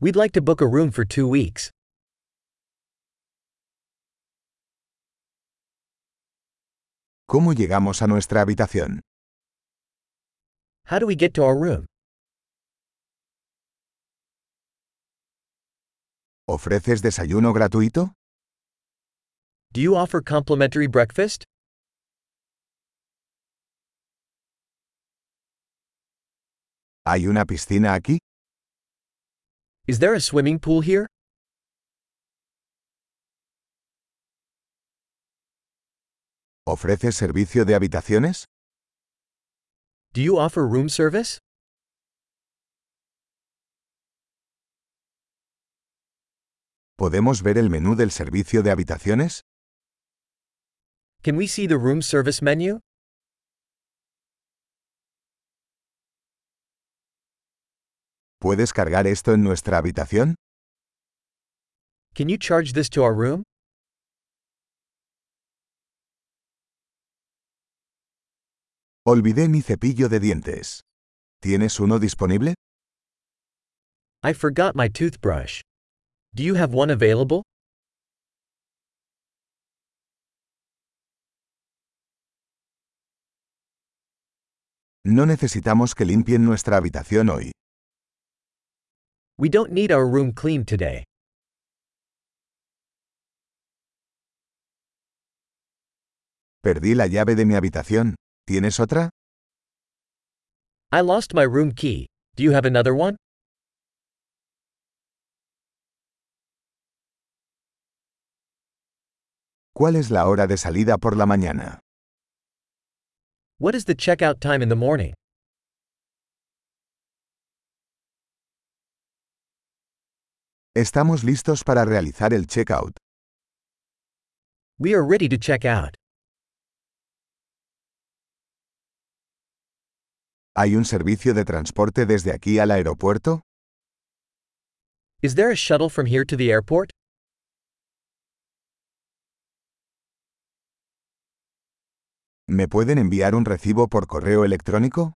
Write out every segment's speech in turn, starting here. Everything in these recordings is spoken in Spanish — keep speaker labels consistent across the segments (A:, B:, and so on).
A: We'd like to book a room for two weeks.
B: ¿Cómo llegamos a nuestra habitación?
A: How do we get to our room?
B: ¿Ofreces desayuno gratuito?
A: Do you offer complimentary breakfast?
B: ¿Hay una piscina aquí?
A: Is there a swimming pool here?
B: ¿Ofreces servicio de habitaciones?
A: Do you offer room service?
B: ¿Podemos ver el menú del servicio de habitaciones?
A: Can we see the room service menu?
B: ¿Puedes cargar esto en nuestra habitación?
A: Can you charge this to our room?
B: Olvidé mi cepillo de dientes. ¿Tienes uno disponible?
A: I forgot my toothbrush. Do you have one available?
B: No necesitamos que limpien nuestra habitación hoy.
A: We don't need our room cleaned today.
B: Perdí la llave de mi habitación. ¿Tienes otra?
A: I lost my room key. Do you have another one?
B: ¿Cuál es la hora de salida por la mañana?
A: What is the checkout time in the morning?
B: Estamos listos para realizar el checkout.
A: We are ready to check out.
B: ¿Hay un servicio de transporte desde aquí al aeropuerto?
A: Is there a shuttle from here to the airport?
B: ¿Me pueden enviar un recibo por correo electrónico?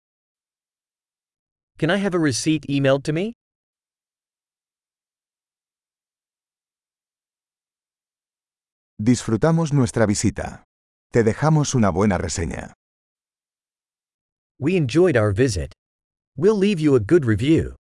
A: Can I have a receipt emailed to me?
B: Disfrutamos nuestra visita. Te dejamos una buena reseña.
A: We enjoyed our visit. We'll leave you a good review.